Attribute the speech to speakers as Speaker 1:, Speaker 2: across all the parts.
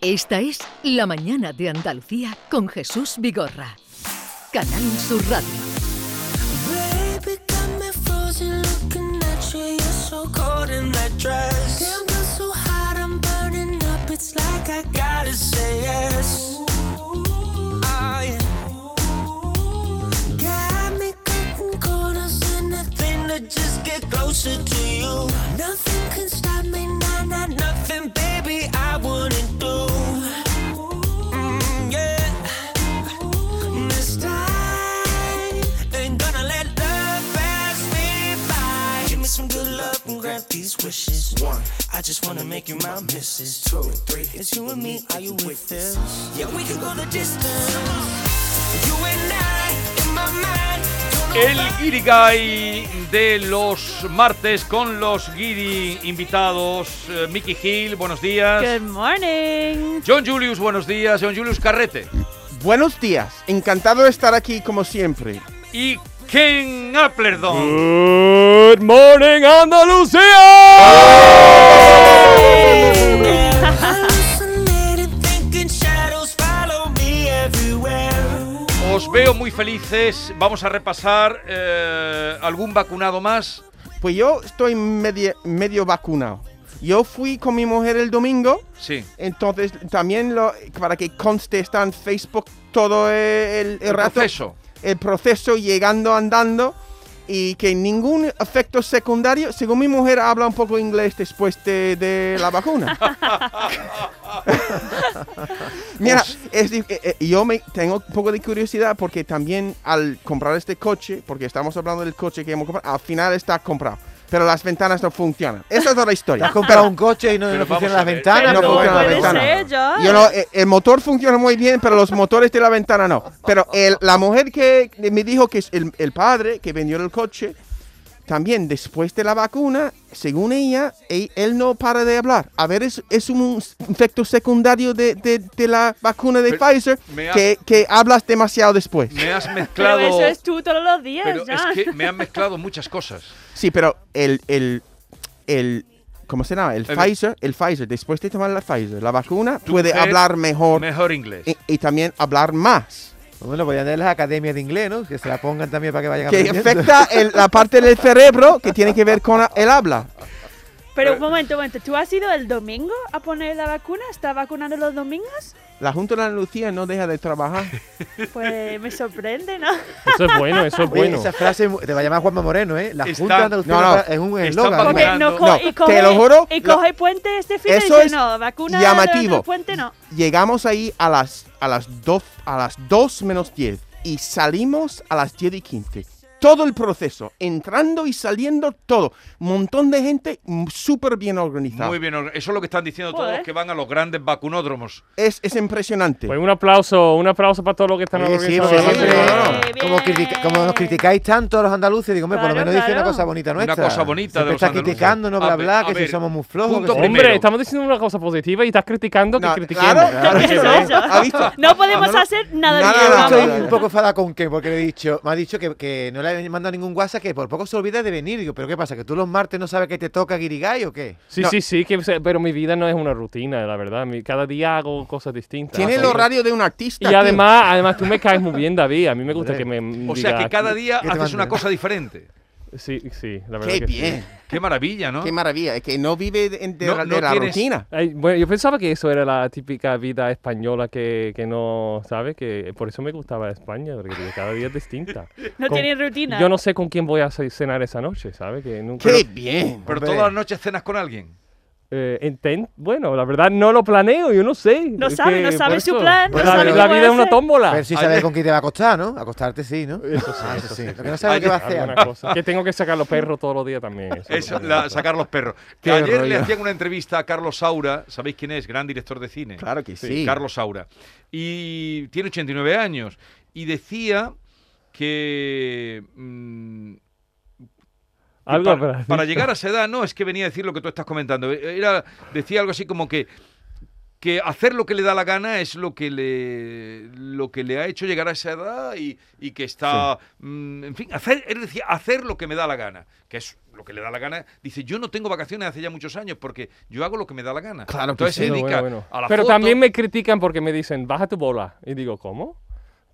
Speaker 1: Esta es La Mañana de Andalucía con Jesús Vigorra. Canal Sur Radio.
Speaker 2: Baby got me frozen looking at you. You're so cold in that dress. Damn, girl, so hot, I'm burning up. It's like I gotta say yes. Ah, yeah. Got me cutting corners, anything to just get closer to you. Nothing can stop me, nah, nah, nothing, baby, I wouldn't do. Mm, yeah. This time, ain't gonna let love pass me by. Give me some good love and grab these wishes. One, I just wanna make you my missus. Two, and three, it's you and me. Are you with this? Yeah, we can go the distance. You and I in my mind.
Speaker 3: El Guirigay de los martes con los Guiri invitados. eh, Mickey Hill, buenos días.
Speaker 4: Good morning.
Speaker 3: John Julius, buenos días. John Julius Carrete.
Speaker 5: Buenos días, encantado de estar aquí como siempre.
Speaker 3: Y Ken Applerdon.
Speaker 5: Good morning Andalucía.
Speaker 2: Hallucinated thinking shadows follow me everywhere.
Speaker 3: Os veo muy felices. Vamos a repasar eh, algún vacunado más.
Speaker 5: Pues yo estoy medio, medio vacunado. Yo fui con mi mujer el domingo,
Speaker 3: Sí.
Speaker 5: entonces también lo, para que conste está en Facebook todo el, el
Speaker 3: El
Speaker 5: rato.
Speaker 3: proceso.
Speaker 5: el proceso llegando andando y que ningún efecto secundario, según mi mujer habla un poco inglés después de, de la vacuna. Mira, es di- eh, eh, yo me tengo un poco de curiosidad porque también al comprar este coche, porque estamos hablando del coche que hemos comprado, al final está comprado, pero las ventanas no funcionan. Esa es otra
Speaker 6: Te has
Speaker 5: historia.
Speaker 6: comprado un coche y no,
Speaker 3: Pero
Speaker 6: no
Speaker 3: vamos
Speaker 6: funcionan
Speaker 3: a
Speaker 6: las
Speaker 3: ver.
Speaker 6: ventanas.
Speaker 5: No
Speaker 6: pero
Speaker 5: funciona
Speaker 6: bueno.
Speaker 5: la
Speaker 4: puede
Speaker 5: ventana.
Speaker 4: ser, John.
Speaker 5: Yo no, eh, el motor funciona muy bien, pero los motores de la ventana no. Pero el- la mujer que me dijo que es el, el padre que vendió el coche, también después de la vacuna, según ella, e- él no para de hablar. A ver, es, es un efecto secundario de, de- de la vacuna de
Speaker 3: Pero
Speaker 5: Pfizer
Speaker 3: me ha-
Speaker 5: que, que hablas demasiado después.
Speaker 3: Me has mezclado.
Speaker 4: Pero eso es tú todos los días,
Speaker 3: Pero es
Speaker 4: John.
Speaker 3: que me han mezclado muchas cosas.
Speaker 5: Sí, pero el, el, el ¿cómo se llama? El
Speaker 3: El-
Speaker 5: Pfizer, el Pfizer, después de tomar la Pfizer, la vacuna,
Speaker 3: Tu
Speaker 5: puede
Speaker 3: mujer-
Speaker 5: hablar mejor
Speaker 3: Mejor inglés.
Speaker 4: Eh,
Speaker 5: y- y también hablar más.
Speaker 6: Bueno, podrían tener las academias de inglés, ¿no? Que se la pongan también para que vayan
Speaker 5: que
Speaker 6: aprendiendo.
Speaker 5: afecta el- la parte del cerebro que tiene que ver con el habla.
Speaker 4: Pero un momento, un momento. ¿Tú has ido el domingo a poner la vacuna? ¿Estás vacunando los domingos?
Speaker 5: La Junta de Andalucía no deja de trabajar.
Speaker 4: Pues me sorprende, ¿no?
Speaker 7: Eso es bueno, eso es
Speaker 6: Oye,
Speaker 7: bueno.
Speaker 6: Esa frase mu- te va a llamar Juanma Moreno, ¿eh? La
Speaker 3: Está-
Speaker 6: Junta de Andalucía
Speaker 5: no, no.
Speaker 6: es un
Speaker 3: Está
Speaker 6: eslogan.
Speaker 3: vacunando.
Speaker 4: Porque no, co-
Speaker 5: No,
Speaker 4: y coge,
Speaker 5: te lo juro,
Speaker 4: Y
Speaker 5: lo-
Speaker 4: coge puente este fin
Speaker 5: Eso
Speaker 4: y dice,
Speaker 5: es
Speaker 4: no, vacuna
Speaker 5: llamativo.
Speaker 4: el puente no.
Speaker 5: Llegamos ahí a las, a las, 12 a las 2 menos 10 y salimos a las 10 y 15. Todo el proceso, entrando y saliendo, todo. Montón de gente mm, súper bien organizada.
Speaker 3: Muy bien. Eso es lo que están diciendo todos
Speaker 4: Joder.
Speaker 3: los que van a los grandes vacunódromos.
Speaker 5: Es, es impresionante.
Speaker 7: Pues un aplauso, un aplauso para todos los que están
Speaker 6: Oye, sí, porque
Speaker 7: organizando la
Speaker 5: sí,
Speaker 6: siempre,
Speaker 7: vacuna.
Speaker 5: claro.
Speaker 4: Muy bien.
Speaker 6: como, critica- como nos criticáis tanto a los andaluces, digo, hombre, por lo
Speaker 4: Claro,
Speaker 6: menos dice una
Speaker 4: claro.
Speaker 6: cosa bonita
Speaker 3: Una
Speaker 6: nuestra.
Speaker 3: cosa bonita
Speaker 6: Siempre
Speaker 3: de los
Speaker 6: está
Speaker 3: andaluces.
Speaker 6: criticándonos,
Speaker 3: A
Speaker 6: bla,
Speaker 3: ver,
Speaker 6: bla,
Speaker 3: a
Speaker 6: que
Speaker 3: ver,
Speaker 6: si somos muy flojos.
Speaker 3: punto
Speaker 6: que si-
Speaker 7: Hombre,
Speaker 3: primero.
Speaker 7: estamos diciendo una cosa positiva y estás criticando
Speaker 5: No,
Speaker 7: que critiquemos.
Speaker 5: claro, claro,
Speaker 7: Qué
Speaker 5: eso,
Speaker 7: bien.
Speaker 4: eso. No podemos hacer nada, de
Speaker 5: Ah, Nada, nada,
Speaker 6: Yo
Speaker 4: vamos.
Speaker 6: estoy
Speaker 5: no, no,
Speaker 6: un
Speaker 5: no.
Speaker 6: poco enfadado con Ken porque le he dicho, me ha dicho que, que no le he mandado ningún WhatsApp, que por poco se olvida de venir. Digo, ¿pero qué pasa? ¿Que tú los martes no sabes que te toca guirigay o qué?
Speaker 7: Sí, sí, sí, que, se- pero mi vida no es una rutina, la verdad. Mi- Cada día hago cosas distintas.
Speaker 5: Tiene el
Speaker 7: Así que-
Speaker 5: horario de un artista.
Speaker 7: Ah, Y
Speaker 5: tío.
Speaker 7: además, además tú me caes muy bien, David. A mí me gusta
Speaker 6: Hombre.
Speaker 7: que me
Speaker 3: O sea
Speaker 7: digas-
Speaker 3: que cada día
Speaker 6: ¿Qué te
Speaker 3: haces una
Speaker 6: mandan?
Speaker 3: cosa diferente.
Speaker 7: Sí, sí, la verdad
Speaker 5: Qué
Speaker 7: que sí.
Speaker 5: bien,
Speaker 3: Qué maravilla, ¿no?
Speaker 5: qué maravilla. Es que no vive de, de
Speaker 3: No-
Speaker 5: la, de
Speaker 3: no
Speaker 5: la
Speaker 3: tienes-
Speaker 5: rutina.
Speaker 7: Ay, bueno, yo pensaba que eso era la típica vida española que, que no, ¿sabes? Que por eso me gustaba España, porque cada día es distinta.
Speaker 4: No
Speaker 7: Con-
Speaker 4: tiene rutina.
Speaker 7: Yo no sé con quién voy a ce- cenar esa noche, ¿sabes? Que nunca...
Speaker 5: Qué bien.
Speaker 3: Pero
Speaker 6: Hombre.
Speaker 3: todas las noches cenas con alguien.
Speaker 7: Eh, enten- bueno, la verdad no lo planeo, yo no sé.
Speaker 4: No
Speaker 7: Es
Speaker 4: sabe,
Speaker 7: que
Speaker 4: no
Speaker 7: por
Speaker 4: sabe su
Speaker 7: eso-
Speaker 4: plan,
Speaker 6: no
Speaker 7: La-
Speaker 6: sabe
Speaker 7: la,
Speaker 6: cómo
Speaker 7: vida es una
Speaker 4: hacer.
Speaker 6: A
Speaker 7: tómbola.
Speaker 6: ver si sabes con quién te va a acostar, ¿no? Acostarte sí, ¿no? Ah, Eso sí. Lo que no sabes
Speaker 3: Ay,
Speaker 6: qué va a
Speaker 7: Alguna
Speaker 6: hacer.
Speaker 7: cosa. Que tengo que sacar los perros todos los días también. eso
Speaker 3: Es
Speaker 7: lo tengo.
Speaker 3: la- sacar los perros. Que
Speaker 5: Qué
Speaker 3: ayer le
Speaker 5: rollo.
Speaker 3: hacían una entrevista a Carlos Saura, ¿sabéis quién es? Gran director de cine.
Speaker 5: Claro que sí.
Speaker 3: Carlos Saura. Y tiene 89 años. Y decía que... mm, que
Speaker 7: Algo
Speaker 3: para,
Speaker 7: para-
Speaker 3: para llegar a esa edad, no, es que venía a decir lo que tú estás comentando. Era, decía algo así como que, que hacer lo que le da la gana es lo que le, lo que le ha hecho llegar a esa edad y, y que está... mm, en fin, hacer, él decía, hacer lo que me da la gana, que es lo que le da la gana, dice, yo no tengo vacaciones hace ya muchos años porque yo hago lo que me da la gana.
Speaker 5: Claro que
Speaker 3: Entonces
Speaker 5: sí.
Speaker 3: se
Speaker 7: Bueno,
Speaker 3: dedica
Speaker 7: bueno, bueno.
Speaker 3: a la
Speaker 7: Pero
Speaker 3: foto.
Speaker 7: también me critican porque me dicen, baja tu bola. Y digo, ¿cómo?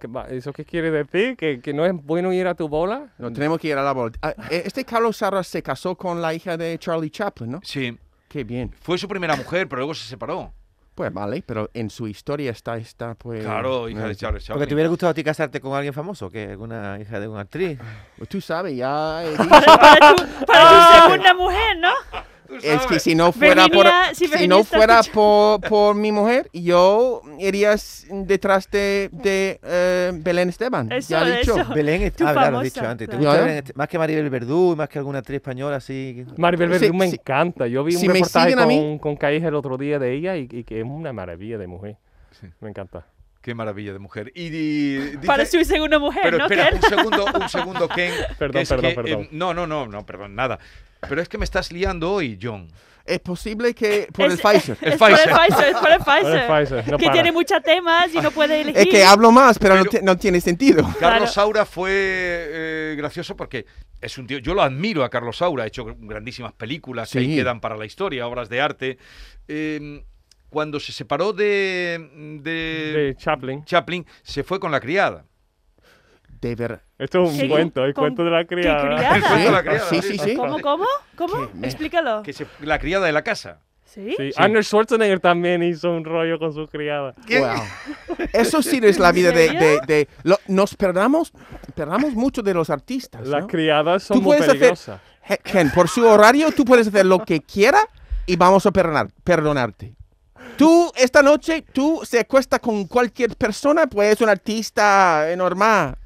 Speaker 7: ¿Qué va- ¿Eso qué quiere decir? ¿Que, que no es bueno ir a tu bola?
Speaker 3: Mm.
Speaker 5: No, tenemos que ir a la bola. Ah, eh, Este Carlos Sarra se casó con la hija de Charlie Chaplin, ¿no?
Speaker 3: Sí,
Speaker 5: Qué bien.
Speaker 3: fue su primera mujer, pero luego se separó.
Speaker 5: Pues vale, pero en su historia está, está pues...
Speaker 3: Claro, hija
Speaker 5: eh,
Speaker 3: de Charles
Speaker 6: Porque
Speaker 3: Chaplin.
Speaker 6: te hubiera gustado a ti casarte con alguien famoso, que alguna hija de una actriz.
Speaker 5: pues Tú sabes, ya... eh, he dicho.
Speaker 4: Para, para tu,
Speaker 3: Ah.
Speaker 4: para tu segunda mujer, ¿no?
Speaker 3: Tú sabes.
Speaker 5: es que si no fuera,
Speaker 4: Virginia, si
Speaker 5: por, si
Speaker 4: Virginia
Speaker 5: no
Speaker 4: está
Speaker 5: fuera
Speaker 4: escuchando.
Speaker 5: por, por mi mujer, yo iría s- detrás de, de eh, Belén Esteban.
Speaker 4: Eso,
Speaker 5: ya he dicho.
Speaker 4: eso.
Speaker 6: Belén, est-
Speaker 4: Tú
Speaker 6: ah, claro, lo
Speaker 4: famosa,
Speaker 6: he dicho antes. ¿Te
Speaker 4: claro.
Speaker 6: gusta
Speaker 5: Yo, ¿eh?
Speaker 6: Belén Este- Más que Maribel Verdú y más que alguna actriz española así. que-
Speaker 7: Maribel
Speaker 5: Sí,
Speaker 7: Verdú me
Speaker 5: sí.
Speaker 7: encanta. Yo vi un
Speaker 5: Si me
Speaker 7: reportaje
Speaker 5: siguen a
Speaker 7: con,
Speaker 5: mí-
Speaker 7: con Calleja el otro día de ella y, y que es una maravilla de mujer.
Speaker 3: Sí.
Speaker 7: Me encanta.
Speaker 3: Qué maravilla de mujer. Y, di- dice-
Speaker 4: Para su segunda mujer,
Speaker 3: Pero
Speaker 4: ¿no?
Speaker 3: espera,
Speaker 4: Ken?
Speaker 3: un segundo, un segundo, Ken.
Speaker 7: Perdón,
Speaker 3: que es
Speaker 7: perdón,
Speaker 3: que, eh,
Speaker 7: perdón.
Speaker 3: no, no, no, no, perdón, nada. Pero es que me estás liando hoy, John.
Speaker 5: Es posible que por
Speaker 4: Es-
Speaker 5: el Pfizer.
Speaker 3: El
Speaker 4: es por el
Speaker 3: Pfizer.
Speaker 4: Pfizer, es por el Pfizer.
Speaker 7: Pfizer, no
Speaker 4: que
Speaker 7: para.
Speaker 4: tiene muchos temas y no puede elegir.
Speaker 5: Es que hablo más, pero, no,
Speaker 3: Pero-
Speaker 5: ti- no tiene sentido.
Speaker 3: Carlos
Speaker 4: Claro.
Speaker 3: Saura fue eh, gracioso porque es un tío. Yo lo admiro a Carlos Saura, ha hecho grandísimas películas que ahí
Speaker 5: Sí.
Speaker 3: quedan para la historia, obras de arte. Eh, cuando se separó de, de
Speaker 7: De Chaplin.
Speaker 3: Chaplin, se fue con la criada.
Speaker 5: De ver.
Speaker 7: Esto es un
Speaker 4: ¿Qué-
Speaker 7: cuento, el
Speaker 4: con-
Speaker 7: cuento de la
Speaker 4: qué
Speaker 7: criada.
Speaker 4: criada?
Speaker 3: El cuento de la criada,
Speaker 5: Sí, sí, sí.
Speaker 4: ¿Cómo, cómo? ¿Cómo?
Speaker 5: Qué me-
Speaker 4: Explícalo.
Speaker 3: Que se- la criada de la casa.
Speaker 4: ¿Sí?
Speaker 7: Sí, Arnold Schwarzenegger también hizo un rollo con su criada.
Speaker 5: Wow. Eso sí es la vida de...
Speaker 4: serio?
Speaker 5: de- de- lo- nos perdamos, perdamos mucho de los artistas.
Speaker 7: Las
Speaker 5: ¿no?
Speaker 7: criadas son
Speaker 5: ¿Ah, Tú
Speaker 7: muy
Speaker 5: puedes hacer-
Speaker 7: peligrosas.
Speaker 5: Je- Ken, por su horario tú puedes hacer lo que quiera y vamos a perdonar, perdonarte. Tú, esta noche, tú se acuesta con cualquier persona, pues un artista eh, normal.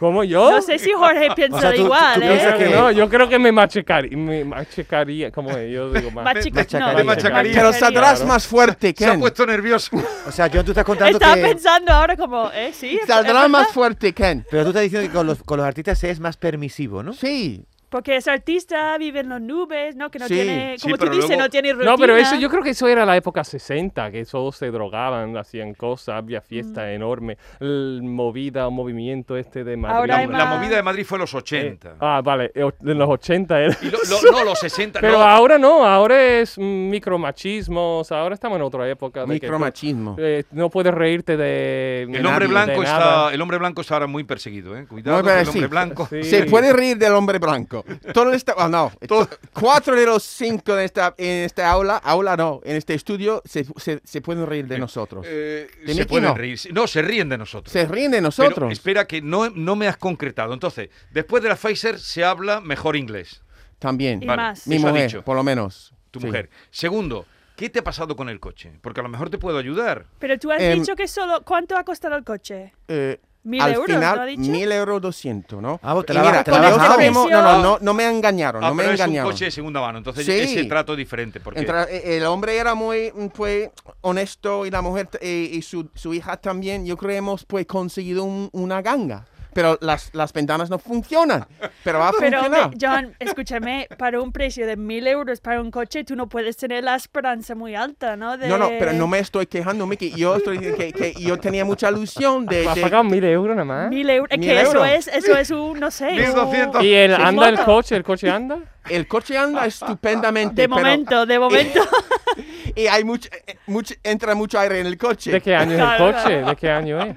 Speaker 7: ¿Cómo yo?
Speaker 4: No sé si Jorge piensa
Speaker 6: O sea, tú- tú
Speaker 4: igual, ¿eh?
Speaker 7: Yo
Speaker 6: piensas
Speaker 7: creo que
Speaker 6: que-
Speaker 7: no, yo creo que me machacaría, me machacaría, como yo digo, ma-
Speaker 4: Machica-
Speaker 6: Machacaría.
Speaker 4: no,
Speaker 3: Machacaría.
Speaker 5: Pero saldrás
Speaker 7: Claro.
Speaker 5: más fuerte,
Speaker 3: Se ha
Speaker 5: Ken.
Speaker 3: puesto nervioso.
Speaker 6: O sea, John, tú estás contando
Speaker 4: Estaba
Speaker 6: que.
Speaker 4: pensando ahora como, ¿eh? Sí, es- es
Speaker 5: Saldrás
Speaker 4: verdad,
Speaker 5: más fuerte, Ken.
Speaker 6: Pero tú estás diciendo que con los, con los artistas se es más permisivo, ¿no?
Speaker 5: Sí.
Speaker 4: Porque es artista, vive en las nubes, ¿no? Que no
Speaker 5: Sí,
Speaker 4: tiene,
Speaker 3: sí,
Speaker 4: como tú
Speaker 3: pero
Speaker 4: dices,
Speaker 3: luego-
Speaker 4: no tiene rutina.
Speaker 7: No, pero eso yo creo que eso era la época 60, que todos se drogaban, hacían cosas, había fiesta enorme, el movida, un movimiento este de Madrid.
Speaker 4: Mm. Ahora
Speaker 3: La,
Speaker 4: hay
Speaker 3: la
Speaker 4: más-
Speaker 3: movida de Madrid fue en los
Speaker 7: Eh,
Speaker 3: 80.
Speaker 7: ah, vale, eh, de los 80 era.
Speaker 3: Y lo- lo- no, los 60.
Speaker 7: Pero
Speaker 3: no.
Speaker 7: ahora no, ahora es mm, micromachismos, ahora estamos en otra época. de que tú,
Speaker 5: Micromachismo.
Speaker 7: eh, no puedes reírte de.
Speaker 3: El hombre,
Speaker 7: de
Speaker 3: blanco
Speaker 7: nada.
Speaker 3: está, el hombre blanco está ahora muy perseguido, ¿eh? Cuidado,
Speaker 5: Muy
Speaker 3: que el
Speaker 5: bien, sí.
Speaker 3: hombre blanco.
Speaker 7: Sí.
Speaker 5: Se puede reír del hombre blanco. Todo esta, ah, no.
Speaker 3: Todo-
Speaker 5: Cuatro de los cinco en esta, en esta aula, aula no, en este estudio, se, se- se pueden reír de nosotros.
Speaker 3: Eh,
Speaker 5: De
Speaker 3: se
Speaker 5: Mickey
Speaker 3: pueden
Speaker 5: no.
Speaker 3: reír. No, se ríen de nosotros.
Speaker 5: Se ríen de
Speaker 3: Pero
Speaker 5: nosotros.
Speaker 3: espera, que no, no me has concretado. Entonces, después de la Pfizer se habla mejor inglés.
Speaker 5: También.
Speaker 4: Y
Speaker 3: Vale,
Speaker 4: más.
Speaker 5: Mi
Speaker 3: eso ha
Speaker 5: mujer,
Speaker 3: dicho.
Speaker 5: por lo menos.
Speaker 3: Tu
Speaker 5: Sí.
Speaker 3: mujer. Segundo, ¿qué te ha pasado con el coche? Porque a lo mejor te puedo ayudar.
Speaker 4: Pero tú has
Speaker 5: Em,
Speaker 4: dicho que solo, ¿cuánto ha costado el coche?
Speaker 5: Eh,
Speaker 4: Mil
Speaker 5: al
Speaker 4: euros,
Speaker 5: final,
Speaker 4: ¿no ha dicho?
Speaker 5: mil euros doscientos, ¿no?
Speaker 6: Ah, vos te
Speaker 5: Y
Speaker 6: la
Speaker 5: mira,
Speaker 6: bajas- te la
Speaker 5: cuando yo
Speaker 6: bajaron.
Speaker 5: estaba mismo- no, no,
Speaker 3: Ah.
Speaker 5: no, no me engañaron,
Speaker 3: Ah,
Speaker 5: no me
Speaker 3: pero es un
Speaker 5: engañaron.
Speaker 3: coche de segunda mano, entonces
Speaker 5: Sí.
Speaker 3: ese trato es diferente. Porque
Speaker 5: Entra- eh, el hombre era muy mm, pues, honesto y la mujer t- eh, y su, su hija también. Yo creo que hemos pues, conseguido un- una ganga. Pero las, las ventanas no funcionan. Pero va a
Speaker 4: Pero,
Speaker 5: funcionar.
Speaker 4: me- John, escúchame, para un precio de mil euros para un coche, tú no puedes tener la esperanza muy alta, ¿no? De...
Speaker 5: No, no, pero no me estoy quejando, Mickey. Yo, estoy, diciendo que, que yo tenía mucha ilusión de...
Speaker 7: ¿Has
Speaker 5: de-
Speaker 7: pagado mil euros nada más?
Speaker 4: Mil euros, es
Speaker 5: Mil
Speaker 4: que eso
Speaker 5: euros.
Speaker 4: es, eso es un, no sé. un-
Speaker 3: 1200.
Speaker 7: ¿Y el, anda el
Speaker 4: moto.
Speaker 7: coche? ¿El coche anda?
Speaker 5: el coche anda estupendamente.
Speaker 4: De
Speaker 5: pero-
Speaker 4: momento, de momento.
Speaker 5: Y hay mucho, eh, mucho- entra mucho aire en el coche.
Speaker 7: ¿De qué año es el
Speaker 4: Claro,
Speaker 7: coche?
Speaker 4: claro.
Speaker 7: ¿De qué año es?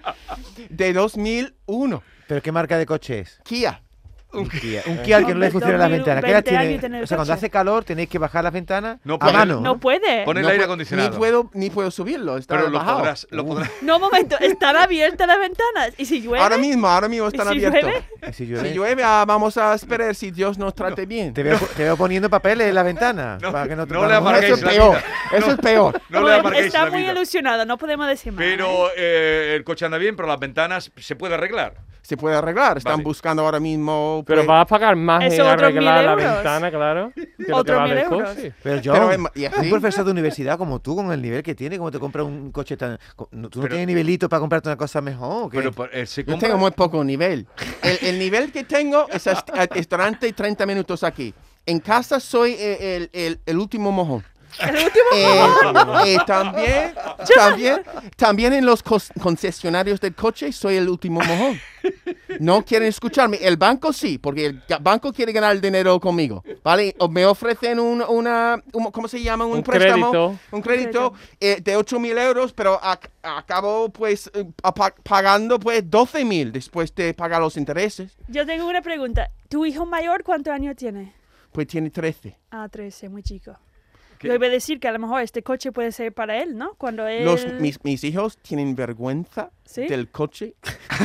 Speaker 3: Pues
Speaker 5: de 2001.
Speaker 6: ¿Pero qué marca de coche es?
Speaker 5: Kia.
Speaker 6: Un Kia. Un Kia al que no
Speaker 4: Eh,
Speaker 6: le
Speaker 4: Hombre,
Speaker 6: funcionan las
Speaker 4: 2000,
Speaker 6: ventanas. ¿Qué edad
Speaker 4: 20 años
Speaker 6: tiene?
Speaker 4: tiene el
Speaker 6: O sea, cuando
Speaker 4: coche.
Speaker 6: hace calor tenéis que bajar las ventanas
Speaker 3: No
Speaker 6: a
Speaker 3: puede.
Speaker 6: mano.
Speaker 4: No puede.
Speaker 3: Pon el
Speaker 5: No
Speaker 3: aire
Speaker 5: pu-
Speaker 3: acondicionado.
Speaker 5: Ni puedo, ni puedo subirlo. Está
Speaker 3: pero lo
Speaker 5: bajado.
Speaker 3: podrás, lo podrás.
Speaker 4: No, momento, están abiertas las ventanas. ¿Y si llueve?
Speaker 5: Ahora mismo, ahora mismo
Speaker 4: ¿Y
Speaker 5: están
Speaker 4: si
Speaker 5: abiertos.
Speaker 4: llueve?
Speaker 6: Y Eh, Si llueve,
Speaker 5: Si llueve, ah, vamos a esperar si Dios nos trate bien.
Speaker 6: Te, veo, te veo poniendo papeles en la ventana.
Speaker 3: No,
Speaker 6: para que no, te-
Speaker 3: no
Speaker 6: para
Speaker 3: le
Speaker 5: eso
Speaker 6: no-
Speaker 3: amarguéis
Speaker 5: es
Speaker 3: la
Speaker 5: peor.
Speaker 3: vida.
Speaker 5: Eso
Speaker 3: No.
Speaker 5: es peor.
Speaker 3: No le
Speaker 4: Bueno,
Speaker 3: amarguéis
Speaker 4: pues, Está
Speaker 3: la
Speaker 4: muy
Speaker 3: vida.
Speaker 4: ilusionado, no podemos decir más. ¿eh?
Speaker 3: Pero eh, el coche anda bien, pero las ventanas se puede arreglar.
Speaker 5: Se puede arreglar. Están
Speaker 3: Vale.
Speaker 5: buscando ahora mismo.
Speaker 7: Pero
Speaker 5: pues,
Speaker 7: vas a pagar más en
Speaker 4: Eso otros
Speaker 7: arreglar
Speaker 4: mil
Speaker 7: la
Speaker 4: euros.
Speaker 7: ventana, claro. Que lo que
Speaker 4: Otros
Speaker 7: vale
Speaker 4: mil
Speaker 7: el
Speaker 4: euros.
Speaker 7: coche.
Speaker 6: Pero yo,
Speaker 5: Pero, em, ¿y así?
Speaker 6: un profesor de universidad como tú, con el nivel que tiene, como te compras un coche tan... co- no- ¿Tú no
Speaker 3: Pero-
Speaker 6: tienes nivelito para comprarte una cosa mejor? o qué?
Speaker 3: Pero por- eh, se
Speaker 5: Yo
Speaker 3: compra-
Speaker 5: tengo muy poco nivel. El, el nivel que tengo es eh, hasta- durante 30 minutos aquí. En casa soy el, el- el- el último mojón.
Speaker 4: El último.
Speaker 5: Eh, eh, también, también, también en los cos- concesionarios del coche soy el último mojón. No quieren escucharme. El banco sí, porque el ga- banco quiere ganar el dinero conmigo. ¿Vale? O me ofrecen un, una, un- ¿cómo se llama? Un,
Speaker 7: Un
Speaker 5: préstamo.
Speaker 7: crédito.
Speaker 5: Un
Speaker 4: Pues
Speaker 5: crédito eh, de 8 mil euros, pero ac- acabo pues eh, apa- pagando pues 12 mil después de pagar los intereses.
Speaker 4: Yo tengo una pregunta. ¿Tu hijo mayor cuántos años tiene?
Speaker 5: Pues tiene 13.
Speaker 4: Ah, 13, muy chico.
Speaker 3: ¿Qué?
Speaker 4: Yo iba a decir que a lo mejor este coche puede ser para él, ¿no? Cuando él...
Speaker 5: Los, mis, mis hijos tienen vergüenza
Speaker 4: ¿Sí?
Speaker 5: del coche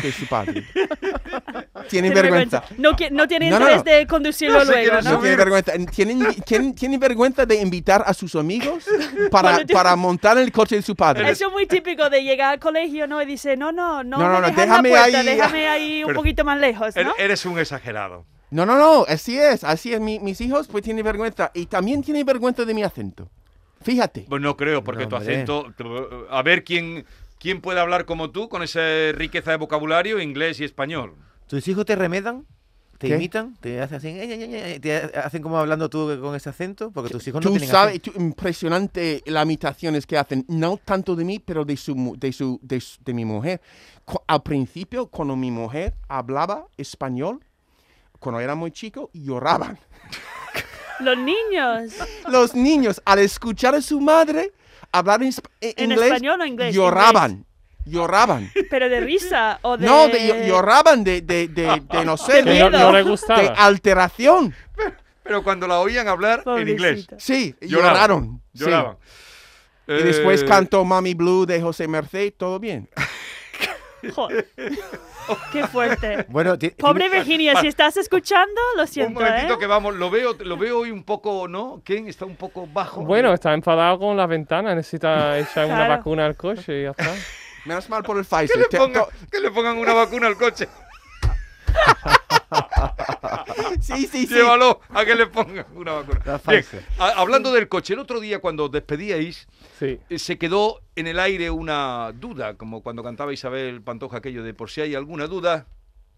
Speaker 5: de su padre.
Speaker 4: tiene
Speaker 5: tienen vergüenza. Ah,
Speaker 4: No, qui- no tiene
Speaker 5: No, no,
Speaker 4: interés
Speaker 5: no.
Speaker 4: de conducirlo
Speaker 3: Yo sé que
Speaker 4: luego,
Speaker 3: no
Speaker 5: No
Speaker 4: ¿no?
Speaker 5: tienen vergüenza. Tienen, tienen- tienen vergüenza de invitar a sus amigos para,
Speaker 4: Cuando yo-
Speaker 5: para montar el coche de su padre.
Speaker 4: Eso es muy típico de llegar al colegio, ¿no? Y dice, no, no, no,
Speaker 5: No, no,
Speaker 4: me
Speaker 5: no,
Speaker 4: dejas en
Speaker 5: déjame
Speaker 4: la puerta,
Speaker 5: ahí-
Speaker 4: déjame ahí un
Speaker 3: Pero-
Speaker 4: poquito más lejos,
Speaker 3: Er-
Speaker 4: ¿no?
Speaker 3: Eres un exagerado.
Speaker 5: No, no, no. Así es. Así es. Mi- mis hijos pues tienen vergüenza. Y también tienen vergüenza de mi acento. Fíjate.
Speaker 3: Pues no creo, porque
Speaker 6: No,
Speaker 3: tu
Speaker 6: hombre.
Speaker 3: acento. tu- A ver quién, quién puede hablar como tú con esa riqueza de vocabulario, inglés y español.
Speaker 6: ¿Tus hijos te remedan? ¿Te
Speaker 5: ¿Qué?
Speaker 6: imitan? ¿Te hacen así? eh, eh, eh, eh, ¿Te hacen como hablando tú con ese acento? Porque tus hijos no
Speaker 5: Tú
Speaker 6: tienen
Speaker 5: sabes,
Speaker 6: acento.
Speaker 5: tú- impresionante las imitaciones que hacen, no tanto de mí, pero de su, mu- de su, de su- de mi mujer. Cu- al principio, cuando mi mujer hablaba español, cuando era muy chico, lloraban.
Speaker 4: Los niños.
Speaker 5: Los niños, al escuchar a su madre hablar en, esp- eh,
Speaker 4: ¿En
Speaker 5: inglés,
Speaker 4: español o inglés?
Speaker 5: lloraban. Lloraban.
Speaker 4: Pero de risa o de...
Speaker 5: No, de, llo- lloraban de, de, de- de, no sé,
Speaker 4: Qué
Speaker 7: Que no,
Speaker 4: miedo.
Speaker 5: de,
Speaker 7: no le
Speaker 5: de
Speaker 7: gustaba.
Speaker 5: alteración.
Speaker 3: Pero cuando la oían hablar en inglés,
Speaker 4: Pobrecita.
Speaker 5: Sí,
Speaker 3: Lloraban.
Speaker 5: lloraron. sí.
Speaker 3: lloraban.
Speaker 5: Y después
Speaker 3: Eh,
Speaker 5: cantó Mami Blue de José Merced, todo bien.
Speaker 4: Joder. Qué fuerte.
Speaker 6: Bueno, ti-
Speaker 4: Pobre
Speaker 6: tiene-
Speaker 4: Virginia, si estás escuchando, lo
Speaker 3: Un
Speaker 4: siento,
Speaker 3: momentito
Speaker 4: ¿eh?
Speaker 3: que vamos, lo veo, lo veo hoy un poco, ¿no? Ken está un poco bajo.
Speaker 7: Bueno, está enfadado con las ventanas, necesita echar una
Speaker 4: Claro.
Speaker 7: vacuna al coche y ya está.
Speaker 5: Menos mal por el
Speaker 3: que
Speaker 5: Pfizer.
Speaker 3: le,
Speaker 5: Te-
Speaker 3: ponga-
Speaker 5: to-
Speaker 3: que le pongan una vacuna al coche.
Speaker 5: sí, sí, sí.
Speaker 3: Llévalo a que le pongan una vacuna.
Speaker 6: La
Speaker 3: Bien,
Speaker 6: Pfizer.
Speaker 3: a- hablando del coche, el otro día cuando os despedíais,
Speaker 7: Sí.
Speaker 3: eh, se quedó en el aire una duda, como cuando cantaba Isabel Pantoja aquello de por si hay alguna duda,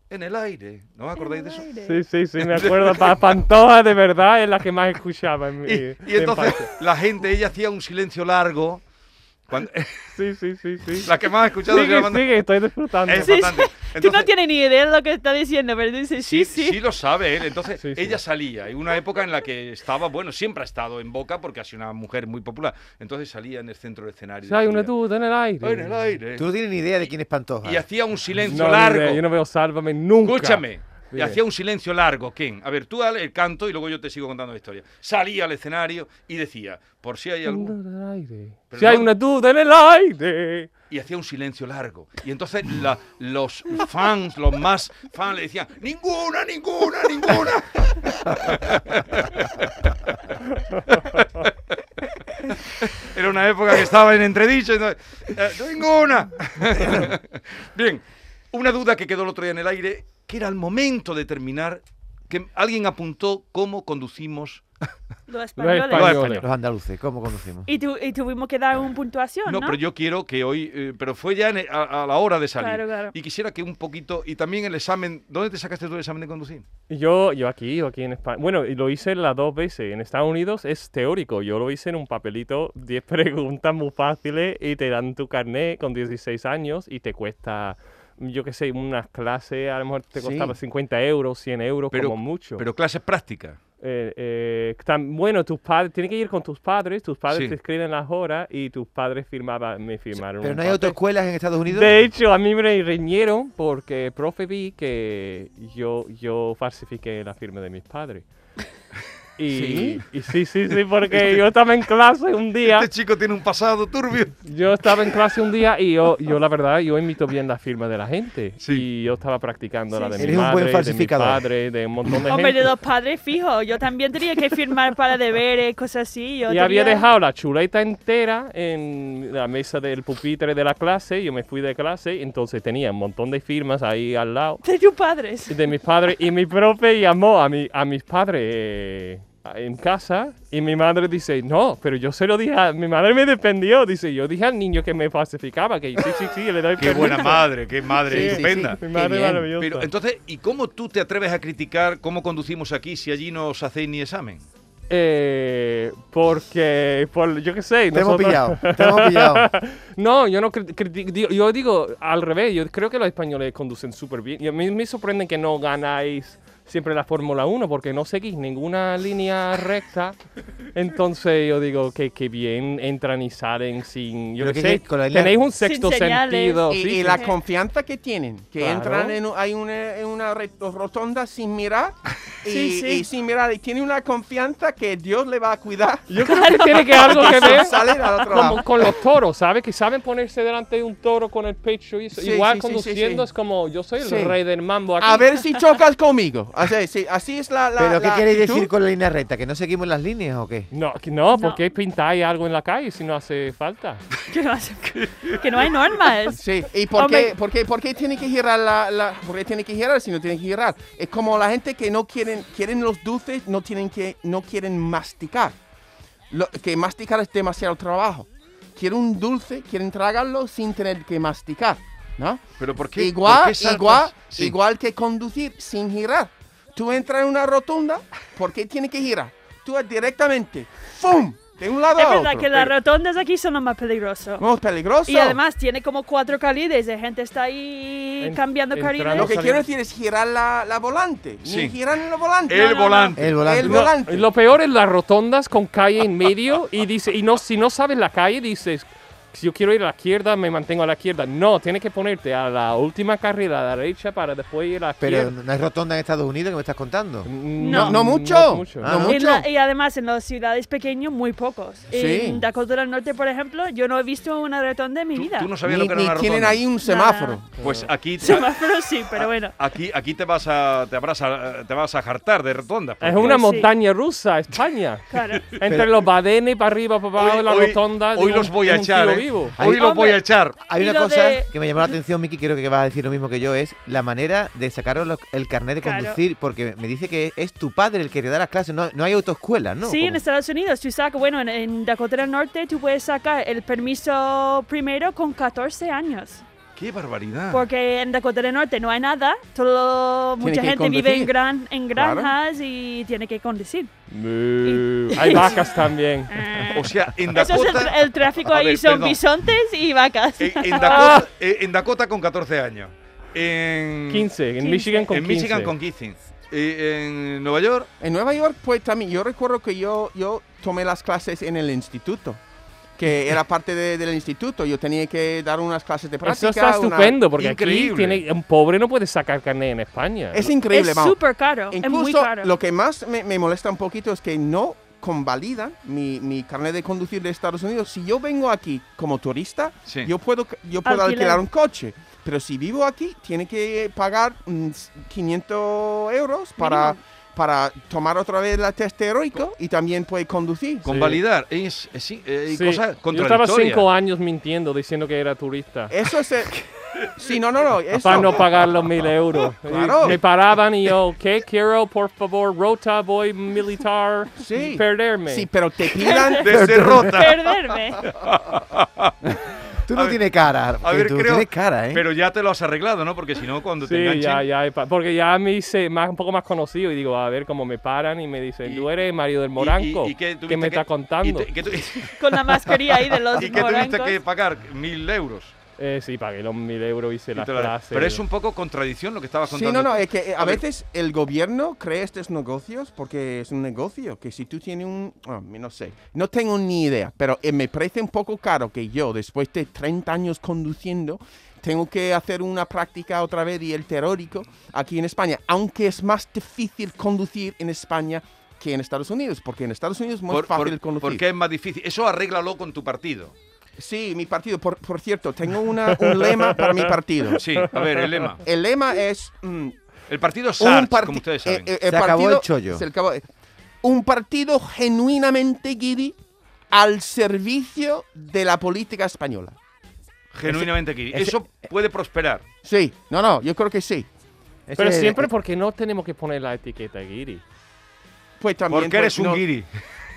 Speaker 3: en el aire. ¿No os acordáis de eso?
Speaker 7: Sí, sí, sí, me acuerdo. Pa- Pantoja de verdad es la que más escuchaba. En mi,
Speaker 3: Y,
Speaker 7: en mi
Speaker 3: y entonces
Speaker 7: infancia.
Speaker 3: la gente, ella hacía un silencio largo. cuando-
Speaker 7: Sí, sí, sí, sí.
Speaker 3: la que más ha escuchado se
Speaker 7: Sigue,
Speaker 3: llama-
Speaker 7: sigue, estoy disfrutando.
Speaker 3: Es
Speaker 4: Sí, sí.
Speaker 3: importante.
Speaker 4: Tú no
Speaker 3: Entonces-
Speaker 4: tienes ni idea de lo que está diciendo, pero dices, sí, sí.
Speaker 3: lo sabe él. Entonces,
Speaker 7: Sí, sí.
Speaker 3: ella salía. En una época en la que estaba, bueno, siempre ha estado en boca porque ha sido una mujer muy popular. Entonces salía en el centro del escenario.
Speaker 7: Sí, hay una
Speaker 3: decía,
Speaker 7: duda en el aire.
Speaker 3: "Ay, en el aire.
Speaker 6: Tú no tienes ni idea de quién es Pantoja.
Speaker 3: Y hacía un silencio
Speaker 7: No, ni idea,
Speaker 3: largo.
Speaker 7: yo no veo Sálvame nunca.
Speaker 3: Escúchame. Y
Speaker 7: Dime.
Speaker 3: hacía un silencio largo, Ken. A ver, tú al el canto y luego yo te sigo contando la historia. Salía al escenario y decía, por si hay
Speaker 7: Duda
Speaker 3: algún...
Speaker 7: en el aire.
Speaker 3: Pero
Speaker 7: Si hay
Speaker 3: no-
Speaker 7: una duda en el aire.
Speaker 3: Y hacía un silencio largo. Y entonces la- los fans, los más fans, le decían, ninguna, ninguna, ninguna. Era una época que estaba en entredicho. entonces, eh, ninguna. Bien, una duda que quedó el otro día en el aire, que era el momento de terminar, que alguien apuntó cómo conducimos.
Speaker 4: Los
Speaker 7: Los
Speaker 4: españoles.
Speaker 7: españoles.
Speaker 6: Los andaluces, ¿cómo conducimos?
Speaker 4: Y, tu- y tuvimos que dar un puntuación,
Speaker 3: No,
Speaker 4: ¿no?
Speaker 3: pero yo quiero que hoy, eh, pero fue ya en- a, a la hora de salir.
Speaker 4: Claro, claro.
Speaker 3: Y quisiera que un poquito, y también el examen, ¿dónde te sacaste tú el examen de conducir?
Speaker 7: Yo, yo aquí, yo aquí en España. Bueno, y lo hice las dos veces. En Estados Unidos es teórico. Yo lo hice en un papelito, 10 preguntas muy fáciles y te dan tu carnet con 16 años y te cuesta, yo qué sé, unas clases, a lo mejor te
Speaker 5: Sí.
Speaker 7: costaba 50 euros, 100 euros
Speaker 3: Pero-
Speaker 7: como mucho.
Speaker 3: Pero clases prácticas.
Speaker 7: Eh, eh, tam- bueno, tus padres, tienes que ir con tus padres, tus padres
Speaker 3: Sí.
Speaker 7: te escriben las horas y tus padres firmaban, me firmaron.
Speaker 6: Pero
Speaker 7: un
Speaker 6: no hay
Speaker 7: papel.
Speaker 6: autoescuelas en Estados Unidos.
Speaker 7: De hecho, a mí me reñieron porque, profe, vi que yo, yo falsifiqué la firma de mis padres. Y
Speaker 5: ¿Sí?
Speaker 7: y sí, sí, sí, porque yo estaba en clase un
Speaker 4: ah.
Speaker 7: día.
Speaker 3: Este chico tiene un pasado turbio.
Speaker 7: Yo estaba en clase un día y yo, yo la verdad, yo imito bien la firma de la gente.
Speaker 3: Sí.
Speaker 7: Y yo estaba practicando la de
Speaker 4: Sí,
Speaker 7: mi
Speaker 6: sí. Eres un
Speaker 7: madre,
Speaker 6: buen
Speaker 7: de mi
Speaker 6: falsificador.
Speaker 7: padre, de un montón de
Speaker 4: Hombre, de
Speaker 7: gente.
Speaker 4: los padres fijos. Yo también tenía que firmar para deberes, cosas así. Yo
Speaker 7: Y había
Speaker 4: tenía-
Speaker 7: dejado la chuleta entera en la mesa del pupitre de la clase. Yo me fui de clase, entonces tenía un montón de firmas ahí al lado.
Speaker 4: De tus padres.
Speaker 7: de mis padres y mi profe llamó a, mi, a mis padres eh, en casa y mi madre dice, no, pero yo se lo dije, a, mi madre me defendió, dice, yo dije al niño que me falsificaba, que sí, sí, sí, le doy
Speaker 3: Qué
Speaker 7: permiso".
Speaker 3: buena madre, qué
Speaker 7: Sí,
Speaker 3: madre
Speaker 7: sí,
Speaker 3: estupenda.
Speaker 7: Mi
Speaker 5: Qué
Speaker 7: madre
Speaker 5: bien.
Speaker 7: maravillosa.
Speaker 3: Pero entonces, ¿y cómo tú te atreves a criticar cómo conducimos aquí si allí no os hacéis ni examen?
Speaker 7: Eh, porque, por, yo qué sé.
Speaker 6: Te hemos
Speaker 7: nosotros-
Speaker 6: pillado, te hemos pillado.
Speaker 7: no, yo no cri- criti- digo- yo digo al revés, yo creo que los españoles conducen súper bien. Y a mí me sorprende que no ganáis siempre la Fórmula 1 porque no seguís ninguna línea recta. Entonces yo digo que, que bien entran y salen sin, yo
Speaker 6: Pero
Speaker 7: qué
Speaker 6: que-
Speaker 7: sé,
Speaker 6: que con la línea-
Speaker 7: tenéis un sexto
Speaker 4: señales.
Speaker 7: sentido.
Speaker 5: y,
Speaker 7: sí,
Speaker 5: y
Speaker 7: sí.
Speaker 5: la confianza que tienen, que
Speaker 7: Claro.
Speaker 5: entran en, un- hay una, en una re- rotonda sin mirar y,
Speaker 4: Sí, sí.
Speaker 5: y sin mirar y tienen una confianza que Dios le va a cuidar.
Speaker 7: Yo creo que tiene que algo que
Speaker 5: Y
Speaker 7: ver
Speaker 5: salen al otro
Speaker 7: como
Speaker 5: lado.
Speaker 7: con los toros, ¿sabes? Que saben ponerse delante de un toro con el pecho y eso.
Speaker 5: Sí,
Speaker 7: Igual
Speaker 5: sí, sí, sí,
Speaker 7: conduciendo
Speaker 5: sí.
Speaker 7: es como yo soy el
Speaker 5: Sí.
Speaker 7: rey del mambo aquí.
Speaker 5: A ver si chocas conmigo. Así, sí, así es la. la
Speaker 6: ¿Pero qué
Speaker 5: la
Speaker 6: queréis
Speaker 5: actitud.
Speaker 6: decir con la línea recta? ¿Que no seguimos las líneas o qué?
Speaker 7: No, que no,
Speaker 4: No.
Speaker 7: porque pintáis algo en la calle si no hace falta.
Speaker 4: Que no, hace- que no hay normas.
Speaker 5: Sí, ¿y por
Speaker 4: Hombre.
Speaker 5: qué, por, qué, por qué tiene que girar la, la- por qué tiene que girar si no tiene que girar? Es como la gente que no quieren, quieren los dulces, no tienen que, no quieren masticar. Lo- que masticar es demasiado trabajo. Quieren un dulce, quieren tragarlo sin tener que masticar, ¿no?
Speaker 3: Pero ¿por qué? ¿por
Speaker 5: igual,
Speaker 3: qué saltas?
Speaker 5: igual,
Speaker 3: Sí.
Speaker 5: igual que conducir sin girar. Tú entras en una rotonda, ¿por qué tiene que girar? Tú vas directamente, ¡fum! De un lado
Speaker 4: Es
Speaker 5: a otro.
Speaker 4: verdad que las rotondas aquí son lo más peligroso.
Speaker 5: Muy peligroso.
Speaker 4: Y además tiene como cuatro carriles, la gente está ahí
Speaker 7: En-
Speaker 4: cambiando
Speaker 7: entrando.
Speaker 4: carriles.
Speaker 5: Lo que
Speaker 7: Saliendo.
Speaker 5: quiero decir es girar la, la volante.
Speaker 3: Sí.
Speaker 5: Ni girar en la volante.
Speaker 3: El
Speaker 4: no, no.
Speaker 3: volante.
Speaker 6: El volante.
Speaker 5: El
Speaker 7: No,
Speaker 5: volante.
Speaker 7: lo peor es las rotondas con calle en medio y dice y no si no sabes la calle dices si yo quiero ir a la izquierda me mantengo a la izquierda. No, tienes que ponerte a la última carrera a la derecha para después ir a la
Speaker 6: Pero
Speaker 7: izquierda.
Speaker 6: no hay rotonda en Estados Unidos que me estás contando.
Speaker 5: No, no mucho.
Speaker 6: Ah,
Speaker 5: no
Speaker 6: ¿no?
Speaker 5: mucho.
Speaker 4: En la- y además en las ciudades pequeñas, muy pocos.
Speaker 5: Sí.
Speaker 4: En Dakota del Norte, por ejemplo, yo no he visto una rotonda en mi
Speaker 3: Tú,
Speaker 4: vida.
Speaker 3: tú no sabías
Speaker 5: Ni,
Speaker 3: lo que era
Speaker 5: ni
Speaker 3: una
Speaker 5: tienen
Speaker 3: rotonda.
Speaker 5: ahí un semáforo.
Speaker 3: Pues aquí,
Speaker 4: Semáforo sí, pero bueno.
Speaker 3: aquí, aquí te vas a, te habrás a- te vas a jartar de rotondas.
Speaker 7: Es
Speaker 3: porque-
Speaker 7: una
Speaker 4: Sí.
Speaker 7: montaña rusa, España.
Speaker 4: Claro.
Speaker 7: Entre los badenes para arriba, para abajo, la rotonda.
Speaker 3: hoy
Speaker 7: digo,
Speaker 3: los voy
Speaker 7: es
Speaker 3: a
Speaker 7: un
Speaker 3: echar.
Speaker 7: tiro
Speaker 3: ¿eh?
Speaker 7: vivo.
Speaker 3: Hoy los voy a
Speaker 4: Hombre.
Speaker 3: echar.
Speaker 6: Hay
Speaker 4: Y
Speaker 6: una
Speaker 4: lo
Speaker 6: cosa
Speaker 4: de-
Speaker 6: que me llamó la atención, Miki, creo que vas a decir lo mismo que yo, es la manera de sacaros los- el carnet de
Speaker 4: Claro.
Speaker 6: conducir, porque me dice que es tu padre el que te da las clases, no, no hay autoescuelas, ¿no?
Speaker 4: sí,
Speaker 6: Como-
Speaker 4: en Estados Unidos, tú sacas, bueno, en, en Dakota del Norte tú puedes sacar el permiso primero con 14 años.
Speaker 3: ¡Qué barbaridad!
Speaker 4: Porque en Dakota del Norte no hay nada, todo,
Speaker 5: Tiene
Speaker 4: mucha
Speaker 5: que
Speaker 4: gente vive en,
Speaker 5: conducir.
Speaker 4: gran, en
Speaker 5: Claro.
Speaker 4: granjas y tiene que conducir. Eh,
Speaker 7: Hay vacas también.
Speaker 3: Eh. O sea, en
Speaker 4: Eso es el,
Speaker 3: Dakota,
Speaker 4: tra- el tráfico
Speaker 3: A
Speaker 4: ahí,
Speaker 3: ver,
Speaker 4: son
Speaker 3: perdón.
Speaker 4: bisontes y vacas.
Speaker 3: en,
Speaker 7: Ah.
Speaker 3: en Dakota eh, en Dakota con 14 años. En,
Speaker 7: 15. En
Speaker 4: 15.
Speaker 7: Michigan con
Speaker 3: en
Speaker 7: 15.
Speaker 3: Michigan con 15. Eh, en Nueva York,
Speaker 5: En Nueva York, pues también. Yo recuerdo que yo, yo tomé las clases en el instituto. Que era parte de- del instituto. Yo tenía que dar unas clases de práctica.
Speaker 7: Eso está
Speaker 5: una-
Speaker 7: estupendo, porque
Speaker 3: Increíble.
Speaker 7: aquí tiene, un pobre no puede sacar carnet en España.
Speaker 5: Es increíble,
Speaker 4: es
Speaker 5: vamos.
Speaker 4: súper caro, es muy
Speaker 5: Incluso
Speaker 4: caro.
Speaker 5: lo que más me, me molesta un poquito es que no convalidan mi, mi carnet de conducir de Estados Unidos. Si yo vengo aquí como turista,
Speaker 3: Sí.
Speaker 5: yo puedo, yo puedo
Speaker 4: Alquiler.
Speaker 5: alquilar un coche. Pero si vivo aquí, tiene que pagar mm, 500 euros para, para tomar otra vez la test teórico y también puede conducir.
Speaker 3: convalidar es, es- sí, eh, cosa
Speaker 7: Sí. Yo estaba
Speaker 3: contradictoria.
Speaker 7: cinco años mintiendo, diciendo que era turista.
Speaker 5: Eso es... el- sí, no, no, no.
Speaker 7: Para
Speaker 5: Eso,
Speaker 7: no pagar los mil euros. Y
Speaker 5: Claro.
Speaker 7: Me paraban y yo, ¿qué quiero? Por favor, rota, voy militar.
Speaker 5: Sí.
Speaker 7: Perderme.
Speaker 5: sí, pero te pidan...
Speaker 3: Desde Rota.
Speaker 4: Perderme.
Speaker 6: Tú no
Speaker 3: ver-
Speaker 6: tienes cara,
Speaker 3: A ver,
Speaker 6: tú
Speaker 3: creo-
Speaker 6: tienes cara, ¿eh?
Speaker 3: Pero ya te lo has arreglado, ¿no? Porque si no, cuando te
Speaker 7: Sí,
Speaker 3: enganchen...
Speaker 7: ya, ya, pa- porque ya me hice más, un poco más conocido y digo, a ver cómo me paran y me dicen,
Speaker 3: Y-
Speaker 7: tú eres Mario del
Speaker 3: y- y-
Speaker 7: Moranco,
Speaker 3: y que
Speaker 7: ¿qué,
Speaker 3: tuviste
Speaker 7: me
Speaker 3: que-
Speaker 7: está contando?
Speaker 3: Y, te- que tu-
Speaker 4: Con la mascarilla ahí de los
Speaker 3: y que tuviste
Speaker 4: morancos.
Speaker 3: que pagar mil euros.
Speaker 7: Eh, sí, pagué los mil euros, hice
Speaker 3: Y
Speaker 7: la
Speaker 3: te lo-
Speaker 7: clase.
Speaker 3: Pero es un poco contradicción lo que estabas
Speaker 5: Sí,
Speaker 3: contando.
Speaker 5: no, no,
Speaker 3: tú.
Speaker 5: es que eh, a,
Speaker 3: A ver.
Speaker 5: veces el gobierno crea estos negocios porque es un negocio, que si tú tienes un, ah, no sé, no tengo ni idea, pero eh, me parece un poco caro que yo, después de 30 años conduciendo, tengo que hacer una práctica otra vez y el teórico aquí en España, aunque es más difícil conducir en España que en Estados Unidos, porque en Estados Unidos es más
Speaker 3: Por- por-
Speaker 5: fácil conducir.
Speaker 3: Porque es más difícil. Eso arréglalo con tu partido.
Speaker 5: Sí, mi partido, por, por cierto, tengo una- un lema para mi partido.
Speaker 3: Sí, a ver, el lema.
Speaker 5: El lema es... mm,
Speaker 3: El partido SARS,
Speaker 5: parti-
Speaker 3: como ustedes
Speaker 5: eh,
Speaker 3: saben.
Speaker 5: eh, eh,
Speaker 6: Se acabó el chollo.
Speaker 5: se acabó- eh, un partido genuinamente guiri al servicio de la política española.
Speaker 3: genuinamente aquí.
Speaker 6: ese-
Speaker 3: Eso puede prosperar.
Speaker 5: Sí, no, no, yo creo que sí.
Speaker 6: Ese
Speaker 7: Pero
Speaker 6: es-
Speaker 7: siempre
Speaker 6: eh,
Speaker 7: porque no tenemos que poner la etiqueta guiri.
Speaker 5: Pues también.
Speaker 3: Porque
Speaker 5: pues,
Speaker 3: eres un
Speaker 5: no-
Speaker 3: guiri.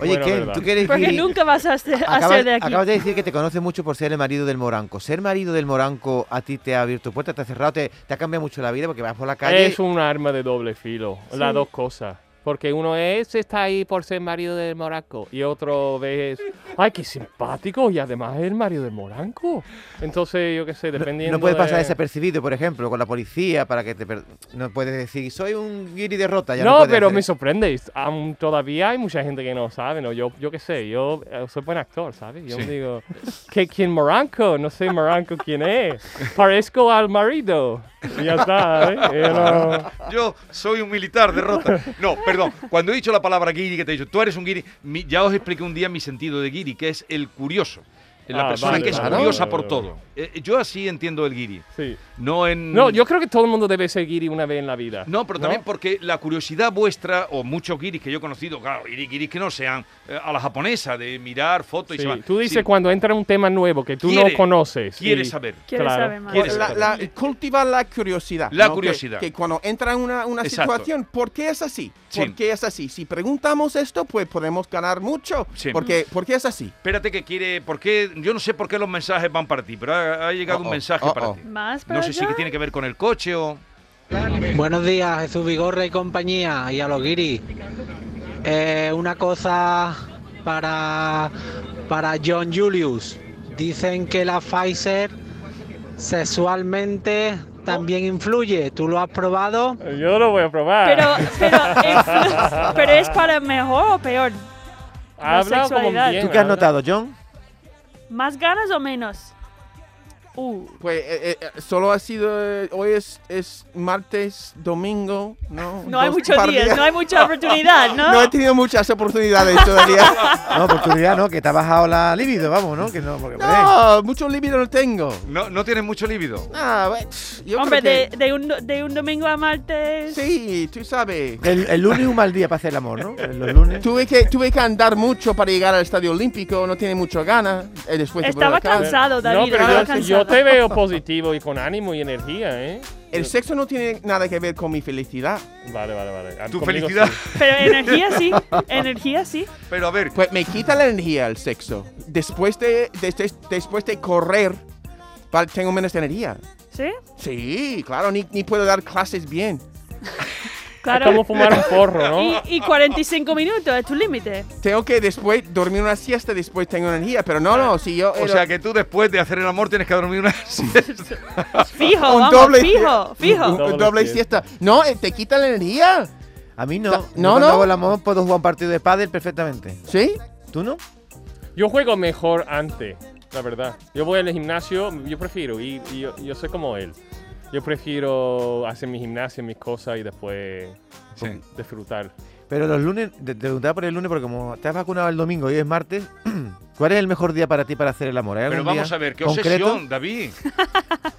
Speaker 6: Oye,
Speaker 7: Bueno,
Speaker 6: Ken,
Speaker 7: verdad.
Speaker 6: tú que eres
Speaker 4: Porque
Speaker 6: guiri,
Speaker 4: Pues nunca vas a hacer, a
Speaker 6: acabas,
Speaker 4: ser de aquí.
Speaker 6: acabas de decir que te conoces mucho por ser el marido del Moranco. ¿Ser marido del Moranco a ti te ha abierto puertas, te ha cerrado, te, te ha cambiado mucho la vida porque vas por la calle?
Speaker 7: Es un arma de doble filo, las dos cosas. Porque uno es, está ahí por ser marido del Moranco. Y otro es, ay, qué simpático. Y además es el marido del Moranco. Entonces, yo qué sé, dependiendo.
Speaker 6: No puede pasar
Speaker 7: de-
Speaker 6: desapercibido, por ejemplo, con la policía para que te... per- No puedes decir, soy un guiri de rota. Ya
Speaker 7: no,
Speaker 6: puedes
Speaker 7: pero
Speaker 6: hacer
Speaker 7: me
Speaker 6: eso.
Speaker 7: sorprende. Aún todavía hay mucha gente que no sabe, ¿no? Yo, yo qué sé, yo eh, soy buen actor, ¿sabes? Yo
Speaker 3: Sí.
Speaker 7: digo, ¿qué, ¿quién Moranco? No sé Moranco quién es. Parezco al marido. Y ya está, ¿sabes? Yo no-
Speaker 3: Yo soy un militar de rota. No, perdón. Cuando he dicho la palabra guiri, que te he dicho, tú eres un guiri, mi- ya os expliqué un día mi sentido de guiri, que es el curioso. La
Speaker 7: Ah,
Speaker 3: persona
Speaker 7: vale,
Speaker 3: que es
Speaker 7: claro.
Speaker 3: curiosa
Speaker 7: Vale,
Speaker 3: por
Speaker 7: vale,
Speaker 3: todo. Eh, yo así entiendo el guiri.
Speaker 7: Sí.
Speaker 3: No en.
Speaker 6: Mm.
Speaker 7: No, yo creo que todo el mundo debe ser guiri una vez en la vida.
Speaker 3: No, pero también porque la curiosidad vuestra, o muchos guiris que yo he conocido, claro, guiris, guiris que no sean eh, a la japonesa, de mirar fotos y
Speaker 7: Sí,
Speaker 3: se van.
Speaker 7: Tú dices
Speaker 3: Sí,
Speaker 7: cuando entra un tema nuevo que tú
Speaker 3: Quiere-
Speaker 7: no conoces.
Speaker 3: quiere
Speaker 7: sí.
Speaker 3: saber.
Speaker 4: Quiere
Speaker 7: Claro.
Speaker 4: saber más.
Speaker 7: Quiere
Speaker 5: La-
Speaker 7: saber.
Speaker 5: la- cultivar la curiosidad.
Speaker 3: La
Speaker 5: ¿no? Que-
Speaker 3: curiosidad.
Speaker 5: Que, cuando entra en una, una
Speaker 3: Exacto.
Speaker 5: situación, ¿por qué es así?
Speaker 3: Sí.
Speaker 5: ¿Por qué es así? Si preguntamos esto, pues podemos ganar mucho.
Speaker 3: Sí.
Speaker 5: Porque, ¿Por qué es así?
Speaker 3: Espérate que quiere. ¿Por qué? Yo no sé por qué los mensajes van para ti, pero ha, ha llegado un
Speaker 5: Oh, oh,
Speaker 3: mensaje
Speaker 5: oh,
Speaker 3: para
Speaker 5: oh.
Speaker 3: ti.
Speaker 4: Más para
Speaker 3: No sé si
Speaker 4: allá.
Speaker 3: que tiene que ver con el coche o.
Speaker 8: Buenos días, Jesús Vigorra y compañía, y a los guiris. Eh, una cosa para, para John Julius. Dicen que la Pfizer sexualmente también influye. ¿Tú lo has probado?
Speaker 7: Yo lo voy a probar.
Speaker 4: Pero, pero, es, pero es para mejor o peor.
Speaker 7: Habla como un
Speaker 4: sexualidad.
Speaker 7: bien,
Speaker 4: ¿Tú
Speaker 6: ¿Tú qué has
Speaker 7: habla-
Speaker 6: notado, John?
Speaker 4: ¿Más ganas o menos? Uh,
Speaker 5: Pues eh, eh, eh, solo ha sido, eh, hoy es, es martes, domingo, ¿no?
Speaker 4: no hay
Speaker 5: Dos
Speaker 4: muchos
Speaker 5: par
Speaker 4: días,
Speaker 5: días.
Speaker 4: no hay mucha oportunidad, ¿no?
Speaker 5: No he tenido muchas oportunidades todavía.
Speaker 6: No, oportunidad no, que te ha bajado la libido, vamos, ¿no? Que no, porque... hombre,
Speaker 3: Eh.
Speaker 5: no, mucho libido no tengo.
Speaker 3: No, no tienes mucho líbido.
Speaker 5: Ah, bueno, pff, yo
Speaker 4: Hombre,
Speaker 5: creo
Speaker 4: de,
Speaker 5: que-
Speaker 4: de un, do- de un domingo a martes.
Speaker 5: Sí, tú sabes.
Speaker 6: El, el lunes es un mal día para hacer el amor, ¿no? Los lunes...
Speaker 5: Tuve que, tuve que andar mucho para llegar al Estadio Olímpico, no tiene mucho ganas. eh, después de
Speaker 4: Estaba
Speaker 5: volver a casa.
Speaker 4: cansado, David.
Speaker 7: No, pero
Speaker 4: estaba
Speaker 7: yo,
Speaker 4: cansado.
Speaker 7: yo te veo positivo y con ánimo y energía, ¿eh?
Speaker 5: El sexo no tiene nada que ver con mi felicidad.
Speaker 7: Vale, vale, vale. Ah,
Speaker 3: Tu
Speaker 7: conmigo
Speaker 3: felicidad.
Speaker 7: sí.
Speaker 4: Pero energía sí, energía sí.
Speaker 3: Pero a ver,
Speaker 5: Pues me quita la energía el sexo. Después de, de- de- después de correr, vale, tengo menos energía.
Speaker 4: ¿Sí?
Speaker 5: Sí, claro, ni, ni puedo dar clases bien.
Speaker 7: Es
Speaker 4: Claro.
Speaker 7: como fumar un porro, ¿no?
Speaker 4: Y, y 45 minutos es tu límite.
Speaker 5: Tengo que después dormir una siesta, después tengo energía. Pero no, no, si yo...
Speaker 3: o sea que tú después de hacer el amor tienes que dormir una siesta.
Speaker 4: Fijo,
Speaker 5: Un
Speaker 4: vamos,
Speaker 5: doble-
Speaker 4: fijo,
Speaker 5: un-
Speaker 4: fijo.
Speaker 5: un
Speaker 7: Doble
Speaker 5: doble siesta.
Speaker 7: siesta.
Speaker 5: No, eh, te quita la energía.
Speaker 6: A mí no.
Speaker 5: No,
Speaker 6: Yo cuando
Speaker 5: no.
Speaker 6: hago el amor puedo jugar un partido de pádel perfectamente.
Speaker 5: ¿Sí?
Speaker 6: ¿Tú no?
Speaker 7: Yo juego mejor antes, la verdad. Yo voy al gimnasio, yo prefiero, y, y yo, yo soy como él. Yo prefiero hacer mi gimnasia, mis cosas y después
Speaker 3: Sí.
Speaker 7: disfrutar.
Speaker 6: Pero los lunes, te te preguntaba por el lunes porque como te has vacunado el domingo y hoy es martes, ¿cuál es el mejor día para ti para hacer el amor? ¿Hay
Speaker 3: Pero
Speaker 6: algún
Speaker 3: vamos
Speaker 6: día
Speaker 3: a ver, qué
Speaker 6: concreto?
Speaker 3: obsesión, David.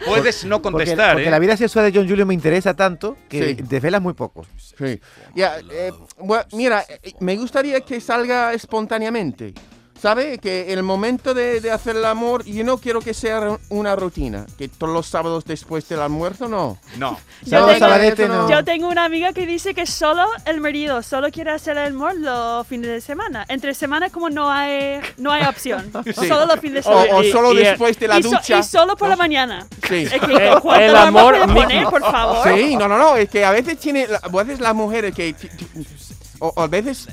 Speaker 3: Puedes no
Speaker 6: Porque-
Speaker 3: contestar,
Speaker 6: porque
Speaker 3: ¿eh?
Speaker 6: la vida sexual de John Julio me interesa tanto que
Speaker 5: Sí.
Speaker 6: desvelas muy poco.
Speaker 5: Sí. Ya, eh, bueno, mira, eh, me gustaría que salga espontáneamente. ¿Sabe? Que el momento de, de hacer el amor, yo no quiero que sea una rutina. Que todos los sábados después del almuerzo, no.
Speaker 3: No.
Speaker 4: Yo
Speaker 6: No,
Speaker 4: tengo-
Speaker 6: Sabadete
Speaker 5: eso no.
Speaker 6: no.
Speaker 4: Yo tengo una amiga que dice que solo el marido solo quiere hacer el amor los fines de semana. Entre semana como no hay no hay opción. Solo los fines de
Speaker 5: O,
Speaker 4: semana.
Speaker 5: o
Speaker 7: y-
Speaker 5: solo
Speaker 7: y-
Speaker 5: después de la
Speaker 4: y, so-
Speaker 5: ducha.
Speaker 4: y solo por la mañana.
Speaker 5: Sí.
Speaker 4: Es que
Speaker 7: El-
Speaker 4: ¿cuánto
Speaker 7: Eh, el
Speaker 4: más
Speaker 7: amor
Speaker 4: puedes
Speaker 7: mismo.
Speaker 4: poner, por favor?
Speaker 5: Sí, no, no, no. Es que a veces tiene, a veces las mujeres que, ti- ti- o, o a veces,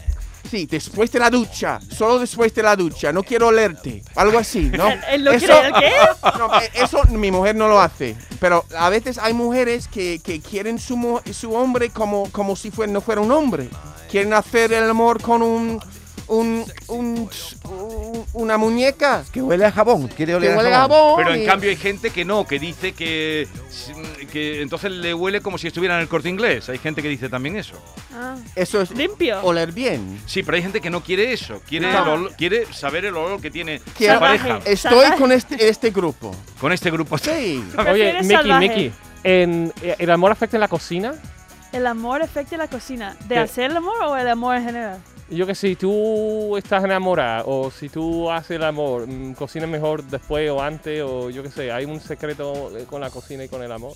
Speaker 5: sí, después de la ducha, solo después de la ducha. No quiero olerte, algo así, ¿no?
Speaker 4: Él- él no quiere- ¿el qué?
Speaker 5: No, eh, eso mi mujer no lo hace. Pero a veces hay mujeres que, que quieren su, mu- su hombre como, como si fue, no fuera un hombre. Quieren hacer el amor con un, un, un- un- una muñeca
Speaker 6: Que huele a jabón, quiere
Speaker 5: que
Speaker 6: oler
Speaker 5: huele a jabón.
Speaker 3: Pero en
Speaker 5: y-
Speaker 3: cambio hay gente que no, que dice que, que entonces le huele como si estuviera en el corte inglés. Hay gente que dice también eso.
Speaker 4: Ah,
Speaker 5: Eso es
Speaker 4: limpio.
Speaker 5: oler bien.
Speaker 3: Sí, pero hay gente que no quiere eso. Quiere,
Speaker 5: No.
Speaker 3: el olor- quiere saber el olor que tiene
Speaker 5: Quiero-
Speaker 3: su pareja.
Speaker 4: Salvaje.
Speaker 5: Estoy con este, este grupo.
Speaker 3: Con este grupo.
Speaker 5: Sí.
Speaker 7: Oye,
Speaker 4: prefieres
Speaker 7: Mickey,
Speaker 4: salvaje?
Speaker 7: Mickey, ¿en- ¿el amor afecta en la cocina?
Speaker 4: El amor afecta la cocina. ¿De
Speaker 7: ¿Qué?
Speaker 4: hacer el amor o el amor en general?
Speaker 7: Yo que si tú estás enamorada o si tú haces el amor, mm, cocinas mejor después o antes o yo que sé, hay un secreto eh, con la cocina y con el amor.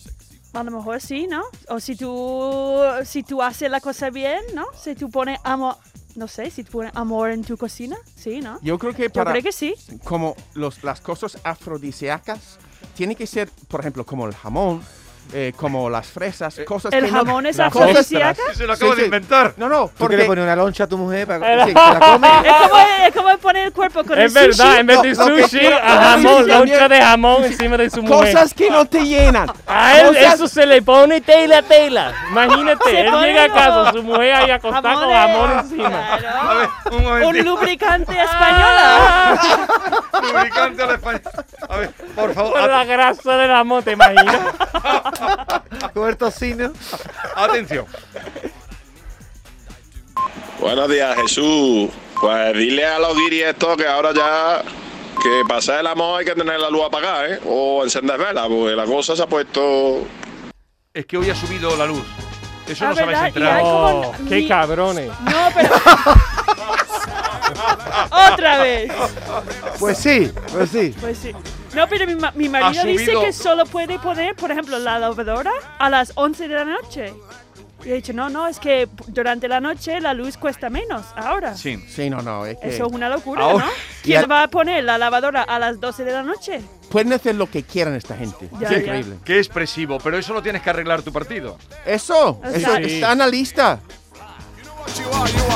Speaker 4: A lo mejor sí, ¿no? O si tú, si tú haces la cosa bien, ¿no? Si tú pones amor, no sé, si tú pones amor en tu cocina, sí, ¿no? Yo
Speaker 5: Yo creo que para
Speaker 4: creo que sí.
Speaker 5: como los, las cosas afrodisíacas tiene que ser, por ejemplo, como el jamón, eh, como las fresas, cosas
Speaker 4: Eh, ¿El
Speaker 5: que no-
Speaker 4: jamón es
Speaker 7: Las
Speaker 4: afrodisíaca?
Speaker 3: Se lo acabo
Speaker 5: Sí,
Speaker 3: de
Speaker 5: sí.
Speaker 3: inventar.
Speaker 5: No, no,
Speaker 6: ¿Por qué le
Speaker 5: porque
Speaker 6: pones una loncha a tu mujer para que la come?
Speaker 4: Es como, es como poner el cuerpo con
Speaker 7: Es
Speaker 4: el
Speaker 7: verdad, en vez de
Speaker 5: no, lo que
Speaker 7: sushi,
Speaker 5: quiero-
Speaker 7: a jamón,
Speaker 5: Sí, sí,
Speaker 7: loncha
Speaker 5: también.
Speaker 7: de jamón encima de su mujer.
Speaker 5: cosas que no te llenan.
Speaker 7: A él
Speaker 5: Cosas-
Speaker 7: eso se le pone tela, tela. Imagínate,
Speaker 4: Se
Speaker 7: él
Speaker 4: pone
Speaker 7: llega a casa,
Speaker 4: como eh.
Speaker 7: su mujer ahí acostada con jamón encima.
Speaker 3: A ver, un
Speaker 4: Un
Speaker 3: momentito.
Speaker 4: lubricante español.
Speaker 3: Lubricante a la España. A ver, por favor,
Speaker 7: Con la
Speaker 3: at-
Speaker 7: grasa del jamón, ¿te imaginas?
Speaker 6: Comer tocino.
Speaker 3: atención.
Speaker 9: Buenos días, Jesús. Pues dile a los guiris esto que ahora ya que pasa el amor hay que tener la luz apagada, ¿eh? O encender vela, porque la cosa se ha puesto
Speaker 3: Es que hoy ha subido la luz. Eso
Speaker 4: Ah,
Speaker 3: no sabes
Speaker 4: ¿verdad? Y
Speaker 3: entrar.
Speaker 4: hay como-
Speaker 7: Oh, qué
Speaker 4: mi-
Speaker 7: cabrones.
Speaker 4: No, pero. Otra vez.
Speaker 6: Pues sí, pues sí.
Speaker 4: Pues sí. No, pero mi, ma- mi marido dice
Speaker 3: subido.
Speaker 4: que solo puede poner, por ejemplo, la lavadora a las 11 de la noche. Y he dicho, no, no, es que p- durante la noche la luz cuesta menos ahora.
Speaker 3: Sí.
Speaker 5: Sí, no, no, es que
Speaker 4: Eso es una locura,
Speaker 3: Ahora-
Speaker 4: ¿no? ¿Quién
Speaker 5: Ya-
Speaker 4: va a poner la lavadora a las 12 de la noche?
Speaker 5: pueden hacer lo que quieran esta gente.
Speaker 4: Ya,
Speaker 5: es
Speaker 4: ya.
Speaker 5: increíble.
Speaker 3: Qué expresivo, pero eso lo tienes que arreglar tu partido.
Speaker 5: Eso,
Speaker 4: sea-
Speaker 5: eso
Speaker 4: Sí.
Speaker 5: está en la lista.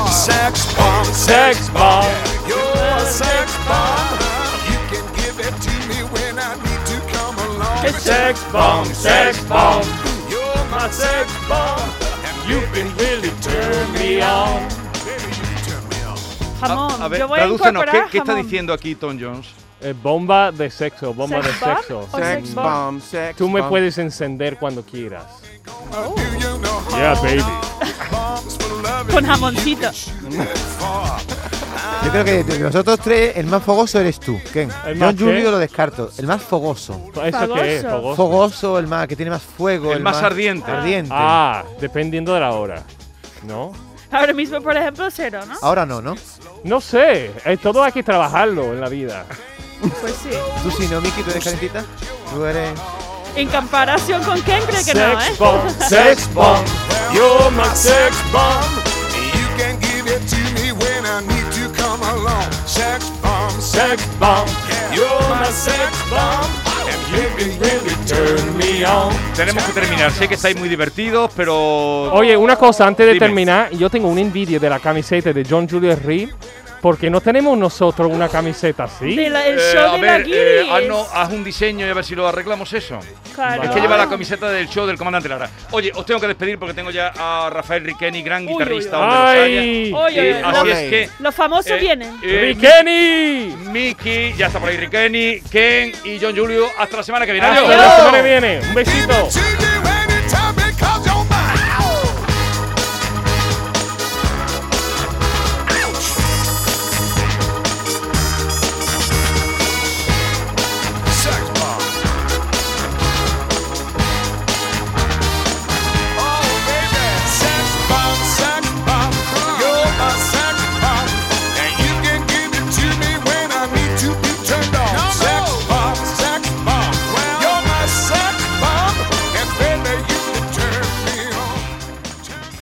Speaker 2: Sex bomb,
Speaker 7: Sex bomb.
Speaker 2: you're a sex bomb. You can give it to me when I need to come along.
Speaker 4: Este,
Speaker 7: Sex bomb, sex bomb,
Speaker 2: You're my sex bomb.
Speaker 7: you can really turn me on.
Speaker 4: Jamón.
Speaker 3: A, a ver,
Speaker 4: Yo voy a
Speaker 3: tradúcenos,
Speaker 4: incorporar
Speaker 3: ¿qué, qué está
Speaker 4: jamón.
Speaker 3: diciendo aquí Tom Jones?
Speaker 7: Eh, bomba de sexo, bomba de
Speaker 4: ¿Sex bomb
Speaker 7: sexo.
Speaker 4: o sex
Speaker 5: Sex
Speaker 4: bomb?
Speaker 5: bomb, sex
Speaker 7: Tú me
Speaker 5: bomb.
Speaker 7: puedes encender cuando quieras.
Speaker 4: Oh.
Speaker 2: Do you know how
Speaker 7: Yeah, baby.
Speaker 2: bombs for love
Speaker 4: Con jamoncito.
Speaker 6: Yo creo que de nosotros tres, el más fogoso eres tú, Ken.
Speaker 7: ¿El más
Speaker 6: Yo,
Speaker 7: qué?
Speaker 6: Julio, lo descarto. El más fogoso.
Speaker 7: ¿Eso qué es?
Speaker 4: Fogoso.
Speaker 7: Fogoso.
Speaker 6: Fogoso, el más que tiene más fuego.
Speaker 3: El más ardiente.
Speaker 6: Ardiente.
Speaker 7: Ah, dependiendo de la hora. ¿No?
Speaker 4: Ahora mismo, por ejemplo, cero, ¿no?
Speaker 3: Ah.
Speaker 6: Ahora no, ¿no?
Speaker 7: No sé, eh, todo hay que trabajarlo en la vida.
Speaker 4: Pues sí.
Speaker 6: Tú sí, ¿no, Miki? ¿Tú eres calentita? Tú eres...
Speaker 4: En comparación con quién creo que no, ¿eh?
Speaker 7: Sex bomb, sex bomb, you're my sex bomb,
Speaker 2: You can give it to me when I need to come along. Sex bomb,
Speaker 7: sex bomb, you're my sex bomb, and you can really turn me on.
Speaker 3: Tenemos que terminar. Sé que estáis muy divertidos, pero.
Speaker 7: Oye, una cosa antes de
Speaker 3: Dime.
Speaker 7: terminar, yo tengo un envidia de la camiseta de John Julius Reed, porque no tenemos nosotros una camiseta así.
Speaker 4: De la- el
Speaker 3: Eh,
Speaker 4: show
Speaker 3: a
Speaker 4: de la
Speaker 3: ver, eh,
Speaker 4: Guiris.
Speaker 3: haznos- haz un diseño y a ver si lo arreglamos eso.
Speaker 4: Claro.
Speaker 3: Es que lleva la camiseta del show del comandante Lara. Oye, os tengo que despedir porque tengo ya a Rafael Riqueni, gran
Speaker 4: Uy,
Speaker 3: guitarrista.
Speaker 4: uy,
Speaker 3: hombre de los años.
Speaker 7: ¡Ay!
Speaker 4: Oye,
Speaker 3: Eh,
Speaker 4: oye,
Speaker 3: así
Speaker 5: no.
Speaker 3: es que.
Speaker 4: Los famosos
Speaker 3: eh,
Speaker 4: vienen.
Speaker 3: eh,
Speaker 7: ¡Rikeni!
Speaker 3: Miki, ya está por ahí Riqueni, Ken y John Julio. Hasta la semana que viene.
Speaker 7: Hasta
Speaker 3: Adiós.
Speaker 7: la semana que viene. Un besito.
Speaker 2: baby. Oh, oh,